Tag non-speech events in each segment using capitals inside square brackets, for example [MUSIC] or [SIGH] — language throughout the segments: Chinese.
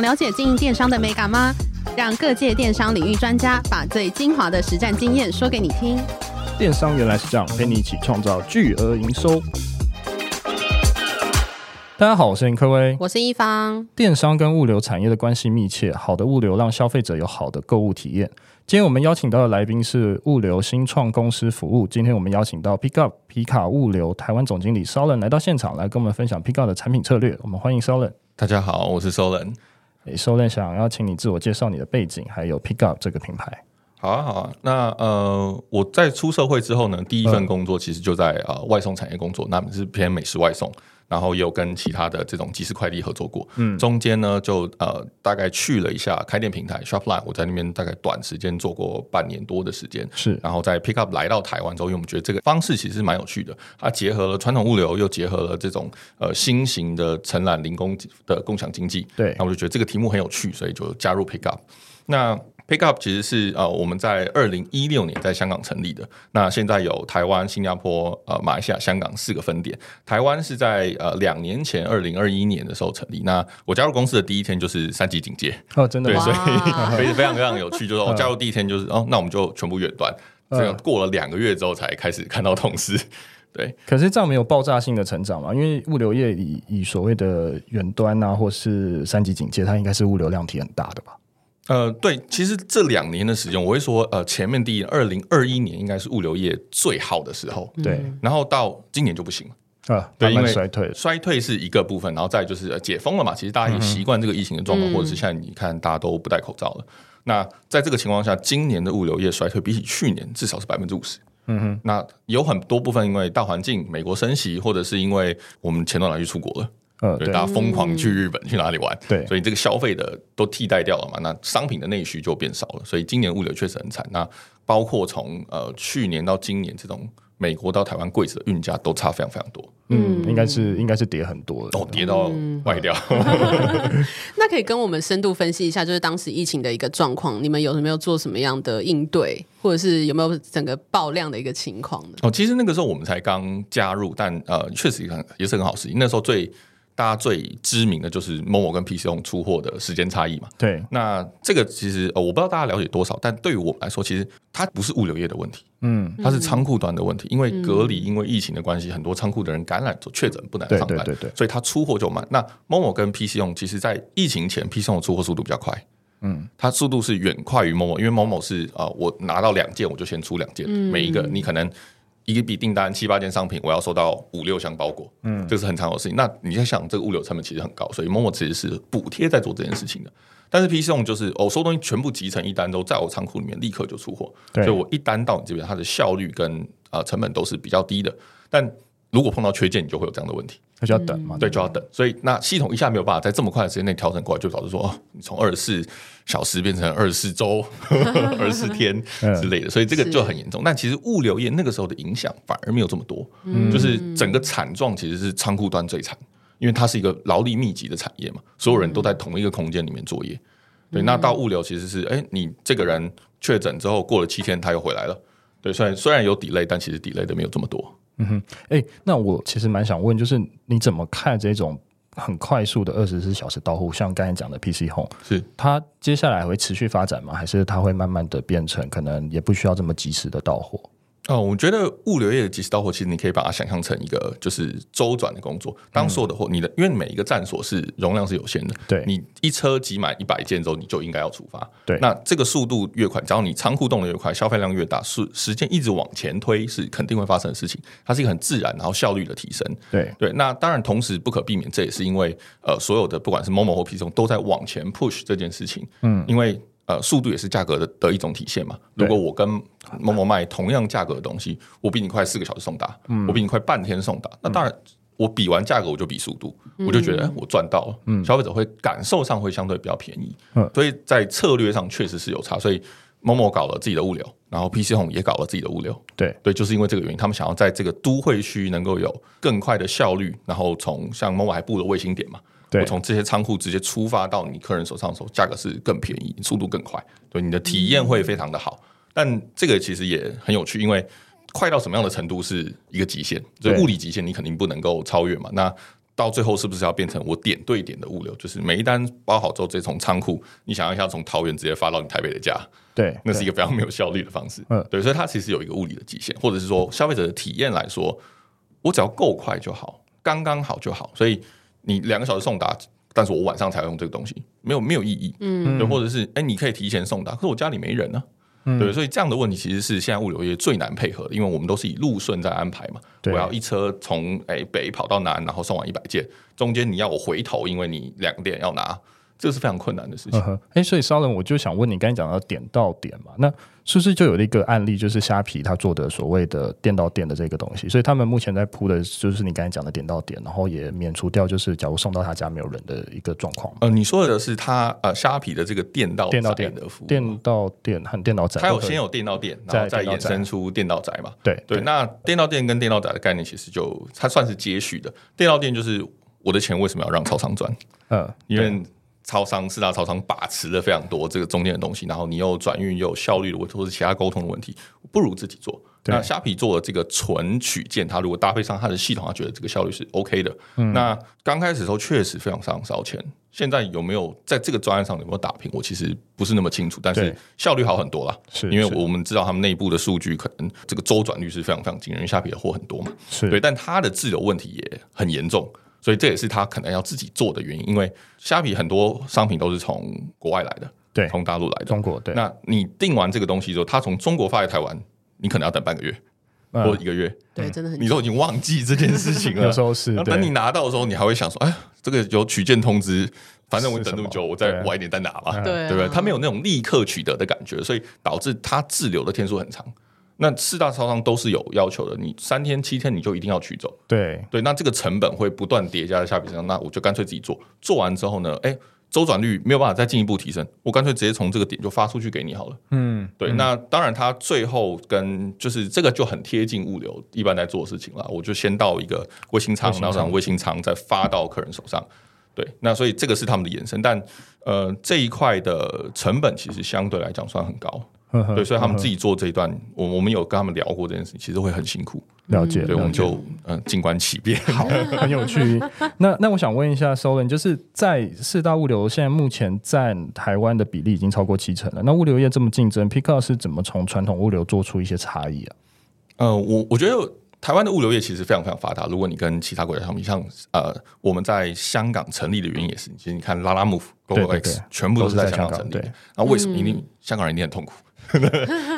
了解经营电商的美感吗？让各界电商领域专家把最精华的实战经验说给你听。电商原来是这样，陪你一起创造巨额营收。大家好，我是林科威。我是一方，电商跟物流产业的关系密切，好的物流让消费者有好的购物体验。今天我们邀请到的来宾是物流新创公司服务。今天我们邀请到 Pickup 皮卡物流台湾总经理 s o l e n 来到现场，来跟我们分享 Pickup 的产品策略。我们欢迎 s o l e n 大家好，我是 Solan。诶 s o l e n 想要请你自我介绍你的背景，还有 Pickup 这个品牌。好啊，好啊。那呃，我在出社会之后呢，第一份工作其实就在、呃外送产业工作，那是偏美食外送，然后也有跟其他的这种即时快递合作过。嗯，中间呢就呃大概去了一下开店平台 Shopline，我在那边大概短时间做过半年多的时间。是然后在 Pickup 来到台湾之后，因为我们觉得这个方式其实是蛮有趣的，它结合了传统物流，又结合了这种呃新型的承揽零工的共享经济。对那我就觉得这个题目很有趣，所以就加入 Pickup。那 Pickup 其实是呃我们在二零一六年在香港成立的，那现在有台湾、新加坡、呃马来西亚、香港四个分店。台湾是在呃两年前二零二一年的时候成立。那我加入公司的第一天就是三级警戒，哦，真的对，吗？ [LAUGHS] 所以哇非非常非常有趣，就是我加入第一天就是哦，那我们就全部远端，嗯这样过了两个月之后才开始看到同事，对，可是这样没有爆炸性的成长嘛？因为物流业以以所谓的远端啊，或是三级警戒，它应该是物流量体很大的吧？呃，对，其实这两年的时间，我会说，呃，前面第一二零二一年应该是物流业最好的时候，对，然后到今年就不行了。啊，对慢慢因为衰退了。衰退是一个部分，然后再就是呃解封了嘛，其实大家也嗯习惯这个疫情的状嗯况，或者是现在你看大家都不戴口罩了。那在这个情况下，今年的物流业衰退比起去年至少是百分之五十。嗯哼，那有很多部分因为大环境，美国升息，或者是因为我们钱都拿去出国了，呃，对，对大家疯狂去日本、去哪里玩，对所以这个消费的都替代掉了嘛，那商品的内需就变少了，所以今年物流确实很惨。那包括从呃去年到今年这种美国到台湾柜子的运价都差非常非常多，嗯，应该是应该是跌很多的哦，跌到坏掉。嗯那可以跟我们深度分析一下，就是当时疫情的一个状况，你们有没有做什么样的应对，或者是有没有整个爆量的一个情况呢？ [LAUGHS] 哦，其实那个时候我们才刚加入，但呃，确实也很也是很好事情。那时候最大家最知名的就是某某跟 PC 用出货的时间差异嘛，对，那这个其实呃，我不知道大家了解多少，但对于我们来说，其实它不是物流业的问题，嗯，它是仓库端的问题。因为隔离，因为疫情的关系，很多仓库的人感染确诊不能对上班，对对对所以它出货就慢。那 Momo 跟 PC 用，其实在疫情前，PC 用的出货速度比较快。嗯，它速度是远快于 Momo，因为 Momo 是呃，我拿到两件我就先出两件，每一个你可能一笔订单七八件商品，我要收到五六箱包裹，嗯，这是很常有的事情。那你在想这个物流成本其实很高，所以 Momo 其实是补贴在做这件事情的。但是 PC 用就是我、哦、收东西全部集成一单之后，在我仓库里面立刻就出货，对所以我一单到你这边，它的效率跟呃成本都是比较低的。但如果碰到缺件，你就会有这样的问题。那就要等嘛。对，就要等。所以那系统一下没有办法在这么快的时间内调整过来，就导致说哦，你从二十四小时变成二十四周、 [LAUGHS] 二十四天之类的，所以这个就很严重。但其实物流业那个时候的影响反而没有这么多，就是整个惨状其实是仓库端最惨，因为它是一个劳力密集的产业嘛，所有人都在同一个空间里面作业。对，那到物流其实是，哎、你这个人确诊之后过了七天，他又回来了。对，虽然虽然有 delay，但其实 delay 的没有这么多。对，哎，那我其实蛮想问，就是你怎么看这种很快速的二十四小时到货？像刚才讲的 PC Home，是，它接下来会持续发展吗？还是它会慢慢的变成可能也不需要这么及时的到货？哦，我觉得物流业的即时到货，其实你可以把它想象成一个就是周转的工作。当所有的货，你的因为每一个站所是容量是有限的，对你一车挤满一百件之后，你就应该要出发。对那这个速度越快，只要你仓库动得越快，消费量越大，是时间一直往前推，是肯定会发生的事情。它是一个很自然，然后效率的提升。对，对，那当然，同时不可避免，这也是因为呃，所有的不管是 Momo 或 P 中都在往前 push 这件事情，嗯，因为呃，速度也是价格的的一种体现嘛。对如果我跟 Momo 卖同样价格的东西，我比你快四个小时送达，嗯我比你快半天送达，那当然。我比完价格，我就比速度，我就嗯觉得哎我赚到了。消费者会感受上会相对比较便宜，嗯所以在策略上确实是有差。所以 Momo 搞了自己的物流，然后 PC Home 也搞了自己的物流，对，对，就是因为这个原因，他们想要在这个都会区能够有更快的效率，然后从像 m o 还布了卫星点嘛，对我从这些仓库直接出发到你客人手上的时候，价格是更便宜，速度更快，对，你的体验会非常的好。但这个其实也很有趣，因为快到什么样的程度是一个极限，所以对物理极限你肯定不能够超越嘛。那到最后是不是要变成我点对点的物流？就是每一单包好之后，直接从仓库，你想要一下从桃园直接发到你台北的家，对，那是一个个非常没有效率的方式。嗯嗯，对，所以它其实有一个物理的极限，或者是说消费者的体验来说，我只要够快就好，刚刚好就好。所以你两个小时送达，但是我晚上才要用这个东西，没有没有意义。嗯，对，或者是哎、你可以提前送达，可是我家里没人呢、嗯对，所以这样的问题其实是现在物流业最难配合的，因为我们都是以路顺在安排嘛。对我要一车从哎、北跑到南，然后送完一百件，中间你要我回头，因为你两个点要拿，这是非常困难的事情。嗯哼，哎，所以骚人，我就想问你，刚才讲到点到点嘛，那是不是就有一个案例，就是虾皮它做的所谓的店到店的这个东西？所以他们目前在铺的就是你刚才讲的点到点，然后也免除掉就是假如送到他家没有人的一个状况嘛。呃，你说的是它呃虾皮的这个电到电到宅店的服务吗，店到店和电脑展，它有先有电到店，然再后再电到衍宅生出电到宅嘛？对对，那电到店跟电到宅的概念其实就它算是接续的。电到店就是我的钱为什么要让超商赚？嗯，因为超商四大超商把持了非常多这个中间的东西，然后你又转运又有效率的问题，或是其他沟通的问题，不如自己做。对那虾皮做的这个纯取件，它如果搭配上它的系统，它觉得这个效率是 OK 的。嗯那刚开始的时候确实非常非常烧钱，现在有没有在这个专案上有没有打平，我其实不是那么清楚，但对是效率好很多啦。是因为是我们知道他们内部的数据可能这个周转率是非常非常惊人，因为虾皮的货很多嘛。是对，但它的滞留问题也很严重，所以这也是他可能要自己做的原因。因为虾皮很多商品都是从国外来的，对从大陆来的。中国对，那你订完这个东西之后，它从中国发来台湾，你可能要等半个月嗯或一个月，对，真的很你都已经忘记这件事情了。 [LAUGHS] 有时候是然后对等你拿到的时候，你还会想说：“哎，这个有取件通知，反正我是等那么什久，么我再对嗯晚一点再拿嘛。”对啊对不对？他没有那种立刻取得的感觉，所以导致他滞留的天数很长。那四大超商都是有要求的，你三天七天你就一定要取走。对对，那这个成本会不断叠加在虾皮身上，那我就干脆自己做。做完之后呢，哎，周转率没有办法再进一步提升，我干脆直接从这个点就发出去给你好了。嗯，对。那当然，它最后跟就是这个就很贴近物流一般在做的事情了。我就先到一个卫星仓卫，星然后让卫星仓再发到客人手上。对，那所以这个是他们的延伸，但呃这一块的成本其实相对来讲算很高，呵呵对，所以他们自己做这一段，我我们有跟他们聊过这件事情，其实会很辛苦，了解，对，我了们解就嗯静观其变。好， [LAUGHS] 很有趣。那那我想问一下 Solen，就是在四大物流现在目前占台湾的比例已经超过七成了。那物流业这么竞争，Pickup 是怎么从传统物流做出一些差异啊？呃，我我觉得台湾的物流业其实非常非常发达。如果你跟其他国家相比，像呃，我们在香港成立的原因也是，其实你看拉拉 move、对 Go 对 X 对全部都是都在是在香港香港成立对的。那为什么一定香港人一定很痛苦？ [LAUGHS]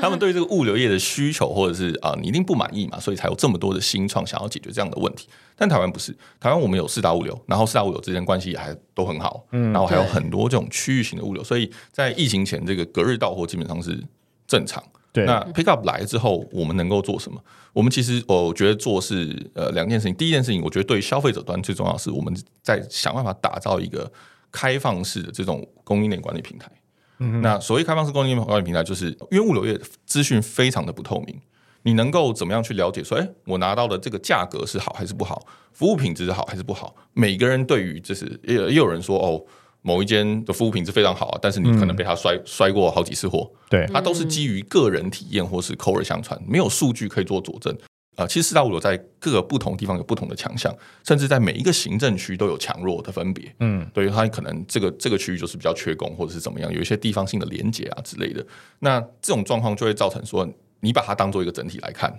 他们对这个物流业的需求，或者是啊、呃你一定不满意嘛，所以才有这么多的新创想要解决这样的问题。但台湾不是，台湾我们有四大物流，然后四大物流之间关系也还都很好，嗯然后还有对很多这种区域型的物流，所以在疫情前，这个隔日到货基本上是正常。对，那 pick up 来之后，我们能够做什么？我们其实呃我觉得做是呃两件事情。第一件事情，我觉得对消费者端最重要的是，我们在想办法打造一个开放式的这种供应链管理平台。嗯，那所谓开放式供应链管理平台，就是因为物流业资讯非常的不透明，你能够怎么样去了解说，哎、我拿到的这个价格是好还是不好，服务品质是好还是不好？每个人对于就是也有也有人说哦。某一间的服务品质非常好啊，但是你可能被他摔、摔过好几次货，对它都是基于个人体验或是口耳相传，没有数据可以做佐证。啊，其实四大物流在各个不同地方有不同的强项，甚至在每一个行政区都有强弱的分别。嗯，对，它可能这个这个区域就是比较缺工，或者是怎么样，有一些地方性的连结啊之类的。那这种状况就会造成说，你把它当做一个整体来看，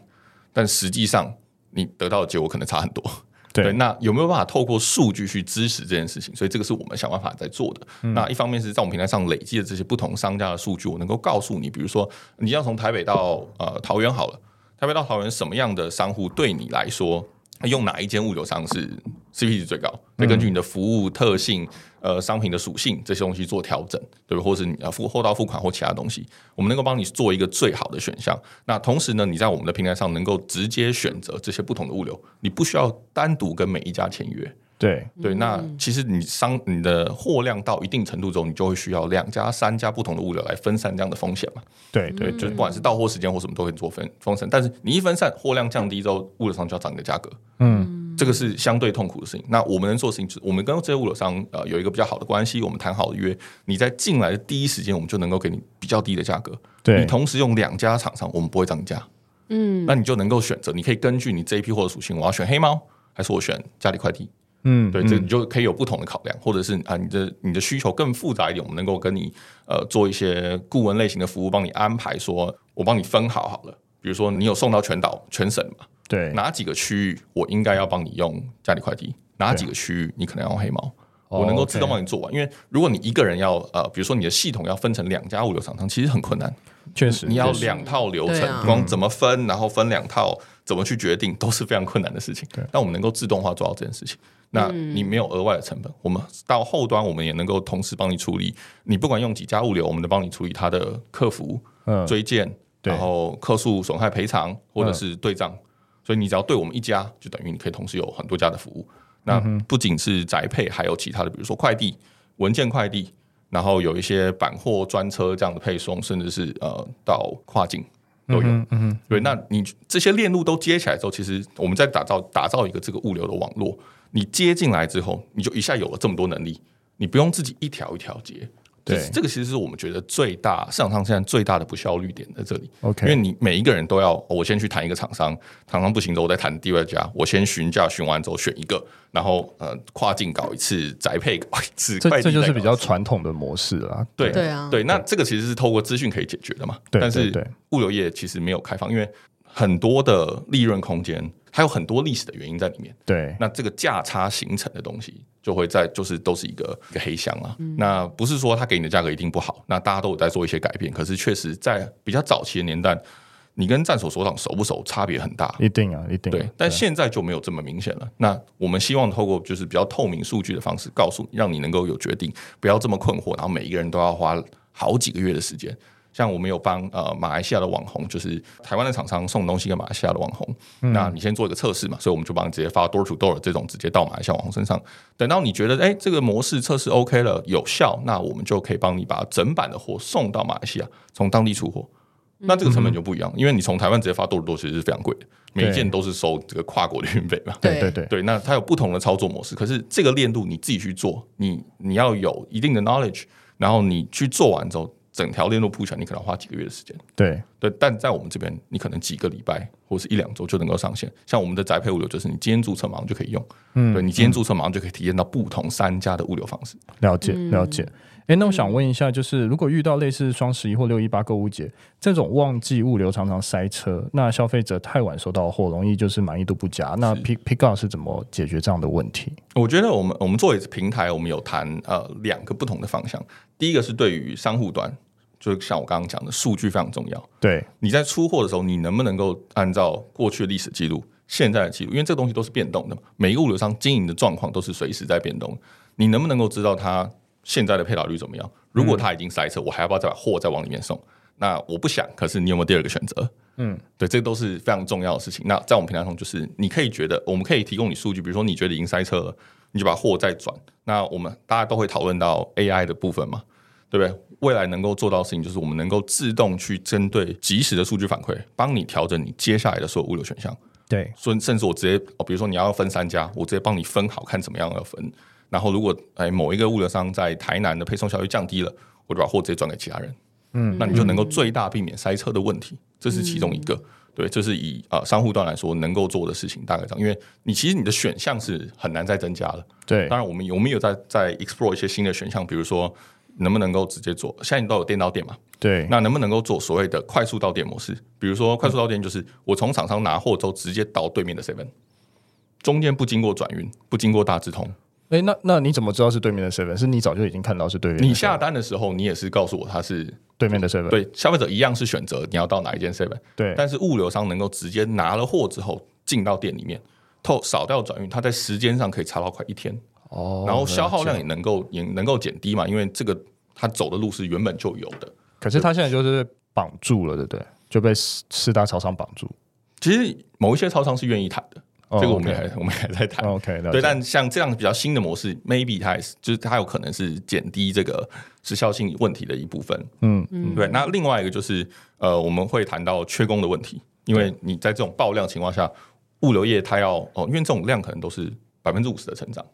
但实际上你得到的结果可能差很多。对那有没有办法透过数据去支持这件事情？所以这个是我们想办法在做的。那一方面是在我们平台上累积的这些不同商家的数据，我能够告诉你，比如说你要从台北到呃桃园好了，台北到桃园什么样的商户对你来说，用哪一间物流商是 CP 值最高？再根据你的服务特性、呃商品的属性这些东西做调整，对吧？或是你要付后到付款或其他东西，我们能够帮你做一个最好的选项。那同时呢，你在我们的平台上能够直接选择这些不同的物流，你不需要单独跟每一家签约。对对，那其实你商你的货量到一定程度之后，你就会需要两家、三家不同的物流来分散这样的风险嘛。对对对，就是不管是到货时间或什么都会做分分散，但是你一分散，货量降低之后，物流商就要涨你的价格，嗯，这个是相对痛苦的事情。那我们能做的事情，就是我们跟这些物流商呃有一个比较好的关系，我们谈好的约，你在进来的第一时间，我们就能够给你比较低的价格。你对同时用两家厂商，我们不会涨价，嗯，那你就能够选择，你可以根据你这一批货的属性，我要选黑猫还是我选家里快递，嗯，对，这你就可以有不同的考量，或者是啊，你的你的需求更复杂一点，我们能够跟你呃做一些顾问类型的服务，帮你安排说，我帮你分好好了。比如说你有送到全岛全省嘛，对，哪几个区域我应该要帮你用家里快递，哪几个区域你可能要用黑猫。我能够自动帮你，你做完，因为如果你一个人要呃，比如说你的系统要分成两家物流厂商，其实很困难。确实你要确实两套流对啊程，光怎么分，然后分两套，怎么去决定，都是非常困难的事情对。那我们能够自动化做到这件事情，那嗯你没有额外的成本，我们到后端我们也能够同时帮你处理。你不管用几家物流，我们都帮你处理它的客服、嗯追件，对嗯然后客诉损害赔偿或者是对账。所以你只要对我们一家，就等于你可以同时有很多家的服务。嗯那不仅是宅配，还有其他的，比如说快递、文件快递，然后有一些板货专车这样的配送，甚至是呃到跨境都有。嗯嗯哼对，那你这些链路都接起来之后，其实我们在打造打造一个这个物流的网络。你接进来之后，你就一下有了这么多能力，你不用自己一条一条接。对这这个其实是我们觉得最大市场上现在最大的不效率点在这里。因为，OK，你每一个人都要，哦我先去谈一个厂商，厂商不行之后，我再谈第二家，我先询价，询完之后选一个，然后呃跨境搞一次，宅配搞一次，快这这递就再是搞比一较次传统的模式啦。对对啊对，那这个其实是透过资讯可以解决的嘛。对但对是对物流业其实没有开放，因为很多的利润空间，还有很多历史的原因在里面。对，那这个价差形成的东西，就会在就是都是一个一个黑箱啊。那不是说他给你的价格一定不好，那大家都有在做一些改变，可是确实在比较早期的年代，你跟战所所长熟不熟差别很大。一定啊，一定啊。对，但现在就没有这么明显了。那我们希望透过就是比较透明数据的方式，告诉你，让你能够有决定，不要这么困惑，然后每一个人都要花好几个月的时间。像我们有帮呃马来西亚的网红，就是台湾的厂商送东西给马来西亚的网红，那你先做一个测试嘛，所以我们就帮你直接发 door to door 这种直接到马来西亚网红身上。等到你觉得哎、这个模式测试 OK 了有效，那我们就可以帮你把整版的货送到马来西亚，从当地出货。那这个成本就不一样，因为你从台湾直接发多伦多其实是非常贵的，每一件都是收这个跨国的运费嘛。对对对，对，那它有不同的操作模式，可是这个链路你自己去做，你你要有一定的 knowledge，然后你去做完之后，整条链路铺起来，你可能要花几个月的时间。对对，但在我们这边，你可能几个礼拜或是一两周就能够上线。像我们的宅配物流，就是你今天注册马上就可以用，嗯，对你今天注册马上就可以体验到不同三家的物流方式。了解了解。哎，那我想问一下，就是如果遇到类似双十一或六一八购物节这种旺季物流常常塞车，那消费者太晚收到货，容易就是满意度不佳。那 Pick Pick Up 是怎么解决这样的问题？我觉得我们我们作为平台，我们有谈呃两个不同的方向。第一个是对于商户端，就像我刚刚讲的，数据非常重要。对你在出货的时候，你能不能够按照过去的历史记录、现在的记录，因为这个东西都是变动的嘛，每一个物流商经营的状况都是随时在变动。你能不能够知道它现在的配套率怎么样？如果它已经塞车，我还要不要再把货再往里面送？那我不想，可是你有没有第二个选择？嗯，对，这都是非常重要的事情。那在我们平台上，就是你可以觉得，我们可以提供你数据，比如说你觉得已经塞车了，你就把货再转。那我们大家都会讨论到 AI 的部分嘛，对不对？未来能够做到的事情，就是我们能够自动去针对及时的数据反馈，帮你调整你接下来的所有物流选项。对甚甚至我直接，哦，比如说你要分三家，我直接帮你分好，看怎么样要分。然后如果哎某一个物流商在台南的配送效率降低了，我就把货直接转给其他人。嗯，那你就能够最大避免塞车的问题，这是其中一个。对，这是以呃商户端来说能够做的事情，大概这样。因为你其实你的选项是很难再增加了。对当然我们有我们有在在 explore 一些新的选项，比如说能不能够直接做，现在你都有电到店嘛，对，那能不能够做所谓的快速到店模式？比如说快速到店就是我从厂商拿货之后直接到对面的 seven，中间不经过转运，不经过大直通，哎，那那你怎么知道是对面的 seven？是你早就已经看到是对面的 7-Eleven？你下单的时候你也是告诉我它是对面的 seven？对消费者一样是选择你要到哪一间 seven，对但是物流商能够直接拿了货之后进到店里面，透少掉转运，它在时间上可以差到快一天。哦然后消耗量了解也能够也能够减低嘛，因为这个它走的路是原本就有的。可是他现在就是被绑住了，对不对？就被四四大超商绑住。其实某一些超商是愿意谈的，哦这个我们 OK 哦还我们还在谈。 OK，了解对，但像这样比较新的模式，maybe 它也是，就是它有可能是减低这个时效性问题的一部分。嗯对，那另外一个就是呃，我们会谈到缺工的问题，因为你在这种爆量情况下，物流业它要哦，因为这种量可能都是百分之五十的成长，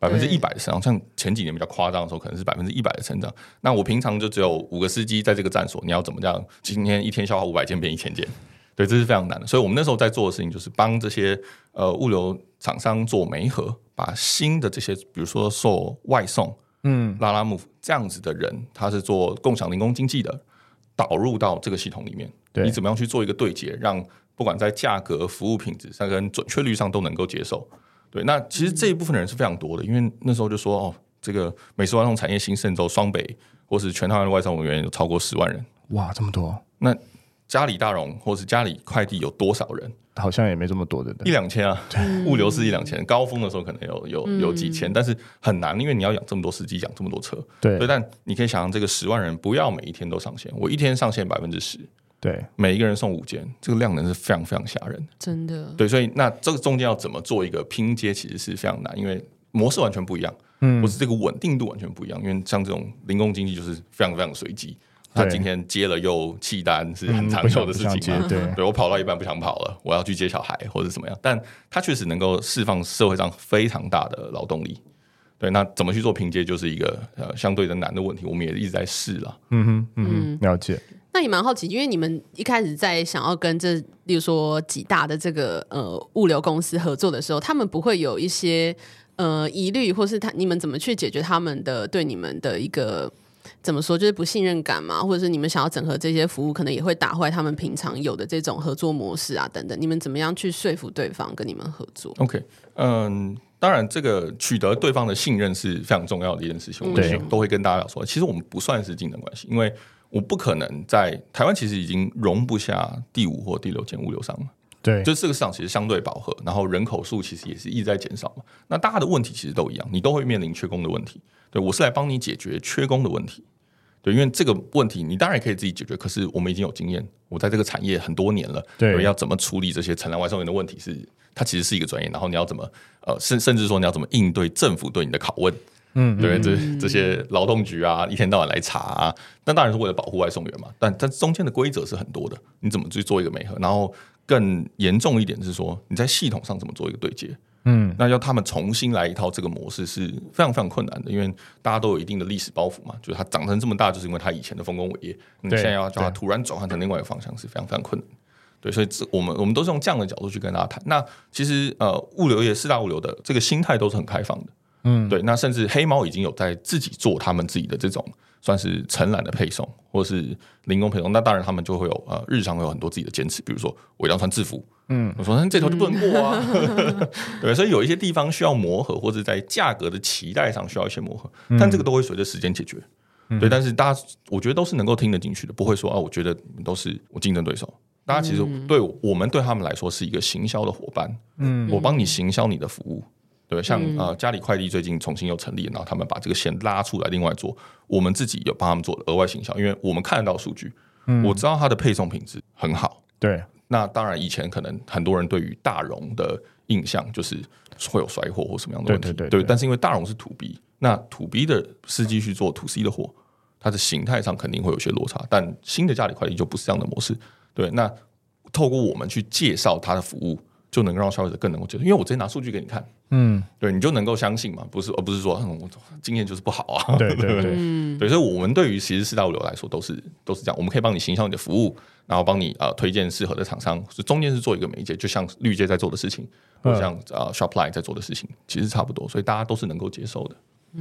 百分之一百的成长，像前几年比较夸张的时候，可能是百分之一百的成长。那我平常就只有五个司机在这个站所，你要怎么样？今天一天消耗五百件变一千件，对，这是非常难的。所以我们那时候在做的事情就是帮这些呃物流厂商做媒合，把新的这些，比如说受外送、嗯，拉拉木这样子的人，他是做共享零工经济的，导入到这个系统里面。对你怎么样去做一个对接，让不管在价格、服务品质上跟准确率上都能够接受。对，那其嗯实这一部分人是非常多的，因为那时候就说哦，这个美食外送产业兴盛之后，双北或是全台湾的外送人员有超过十万人。哇，这么多，那家里大荣或是家里快递有多少人？好像也没这么多的，一两千 [LAUGHS] 啊，物流是一两千，高峰的时候可能有有嗯有几千，但是很难，因为你要养这么多司机，养这么多车。对所以，但你可以想象，这个十万人不要每一天都上线，我一天上线百分之十，对，每一个人送五件，这个量能是非常非常吓人的。真的，对，所以那这个中间要怎么做一个拼接，其实是非常难，因为模式完全不一样，嗯或是这个稳定度完全不一样。因为像这种零工经济就是非常非常随机，他对今天接了又弃单是很嗯常不想有的不事想情嘛接对对我跑到一半不想跑了，我要去接小孩或者怎么样，但它确实能够释放社会上非常大的劳动力。对，那怎么去做拼接，就是一个呃相对的难的问题，我们也一直在试了。嗯哼，嗯哼，了解，那也蛮好奇，因为你们一开始在想要跟这，例如说几大的这个呃物流公司合作的时候，他们不会有一些呃疑虑，或是他你们怎么去解决他们的对你们的一个怎么说，就是不信任感嘛，或者是你们想要整合这些服务，可能也会打坏他们平常有的这种合作模式啊等等。你们怎么样去说服对方跟你们合作？ OK，嗯，当然，这个取得对方的信任是非常重要的一件事情。我对们都会跟大家讲说，其实我们不算是竞争关系，因为我不可能在台湾其实已经容不下第五或第六间物流商了，对，就是这个市场其实相对饱和，然后人口数其实也是一直在减少嘛。那大家的问题其实都一样，你都会面临缺工的问题。对我是来帮你解决缺工的问题。对，因为这个问题你当然可以自己解决，可是我们已经有经验，我在这个产业很多年了，对要怎么处理这些承揽外送员的问题是，它其实是一个专业，然后你要怎么呃，甚甚至说你要怎么应对政府对你的拷问，嗯，对不对？这这些劳动局啊，一天到晚来查啊，那当然是为了保护外送员嘛，但但中间的规则是很多的，你怎么去做一个媒合？然后更严重一点是说，你在系统上怎么做一个对接？嗯，那要他们重新来一套这个模式是非常非常困难的，因为大家都有一定的历史包袱嘛，就是它长成这么大，就是因为它以前的丰功伟业，你对现在要叫它对突然转换成另外一个方向是非常非常困难的。对，所以这我们我们都是用这样的角度去跟大家谈。那其实呃，物流业四大物流的这个心态都是很开放的，嗯，对。那甚至黑猫已经有在自己做他们自己的这种算是承揽的配送，或是零工配送。那当然他们就会有呃日常会有很多自己的坚持，比如说我一定要穿制服，嗯，我说那这条就不能过啊， [LAUGHS] 对。所以有一些地方需要磨合，或者在价格的期待上需要一些磨合，但这个都会随着时间解决。对，但是大家我觉得都是能够听得进去的，不会说啊，我觉得你们都是我竞争对手。大家其实对我我们对他们来说是一个行销的伙伴，嗯，我帮你行销你的服务，对，像呃家里快递最近重新又成立，然后他们把这个线拉出来另外做，我们自己有帮他们做额外行销，因为我们看得到数据，我知道它的配送品质很好。 [LAUGHS] 对，那当然以前可能很多人对于大荣的印象就是会有甩货或什么样的问题，对对对对但是因为大荣是 to B，那 to B 的司机去做 to C 的货，它的形态上肯定会有些落差，但新的家里快递就不是这样的模式。对，那透过我们去介绍它的服务，就能让消费者更能够接受，因为我直接拿数据给你看，嗯，对，你就能够相信嘛，不是而不是说、嗯、我经验就是不好啊，对对对，对，所以我们对于其实四大物流来说都是都是这样，我们可以帮你行销你的服务，然后帮你呃推荐适合的厂商，是中间是做一个媒介，就像绿界在做的事情，或者像呃 Shopline 在做的事情，其实差不多，所以大家都是能够接受的。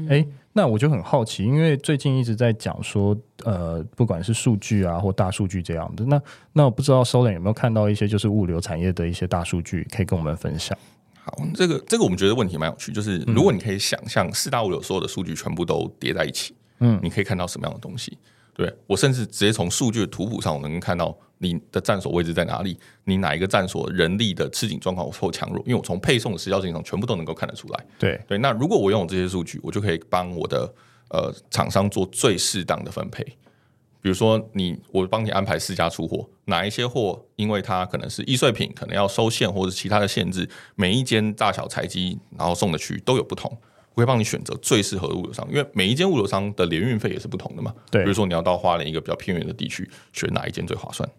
哎、那我就很好奇，因为最近一直在讲说，呃，不管是数据啊或大数据这样的，那那我不知道 Solen 有没有看到一些就是物流产业的一些大数据，可以跟我们分享？好，这个这个我们觉得问题蛮有趣，就是如果你可以想象四大物流所有的数据全部都叠在一起，嗯嗯，你可以看到什么样的东西？对我甚至直接从数据的图谱上，我能看到你的站所位置在哪里，你哪一个站所人力的吃紧状况或强弱，因为我从配送的时效性上全部都能够看得出来。对，对，那如果我拥有这些数据，我就可以帮我的呃厂商做最适当的分配。比如说你，我帮你安排四家出货，哪一些货，因为它可能是易碎品，可能要收现或者其他的限制，每一间大小采集，然后送的区域都有不同。我会帮你选择最适合的物流商，因为每一间物流商的联运费也是不同的嘛。对比如说你要到花莲一个比较偏远的地区，选哪一间最划算？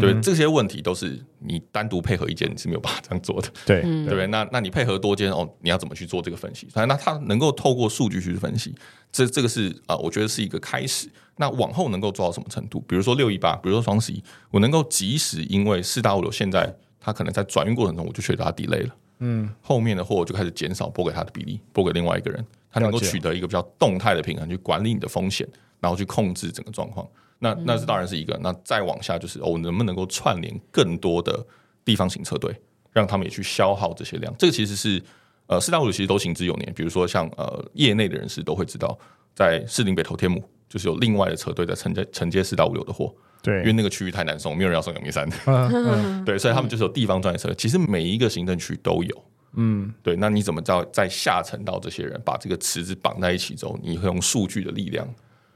对，这些问题都是你单独配合一间你是没有办法这样做的，对对不对？那那你配合多间哦，你要怎么去做这个分析？那那它能够透过数据去分析，这这个是啊、我觉得是一个开始。那往后能够做到什么程度？比如说六一八，比如说双十一，我能够及时，因为四大物流现在它可能在转运过程中我就觉得它 delay 了，嗯，后面的货我就开始减少拨给它的比例，拨给另外一个人，它能够了解取得一个比较动态的平衡，去管理你的风险，然后去控制整个状况。那那嗯是当然是一个，那再往下就是哦我能不能够串联更多的地方行车队，让他们也去消耗这些量。这个其实是呃四大物流其实都行之有年，比如说像呃业内的人士都会知道，在士林北投天母就是有另外的车队在承接承接四大物流的货，因为对，那个区域太难送，没有人要送阳明山，嗯嗯 [LAUGHS] 对，所以他们就是有地方专业车。其实每一个行政区都有，嗯，对。那你怎么知道在下层到这些人把这个池子绑在一起之后，你会用数据的力量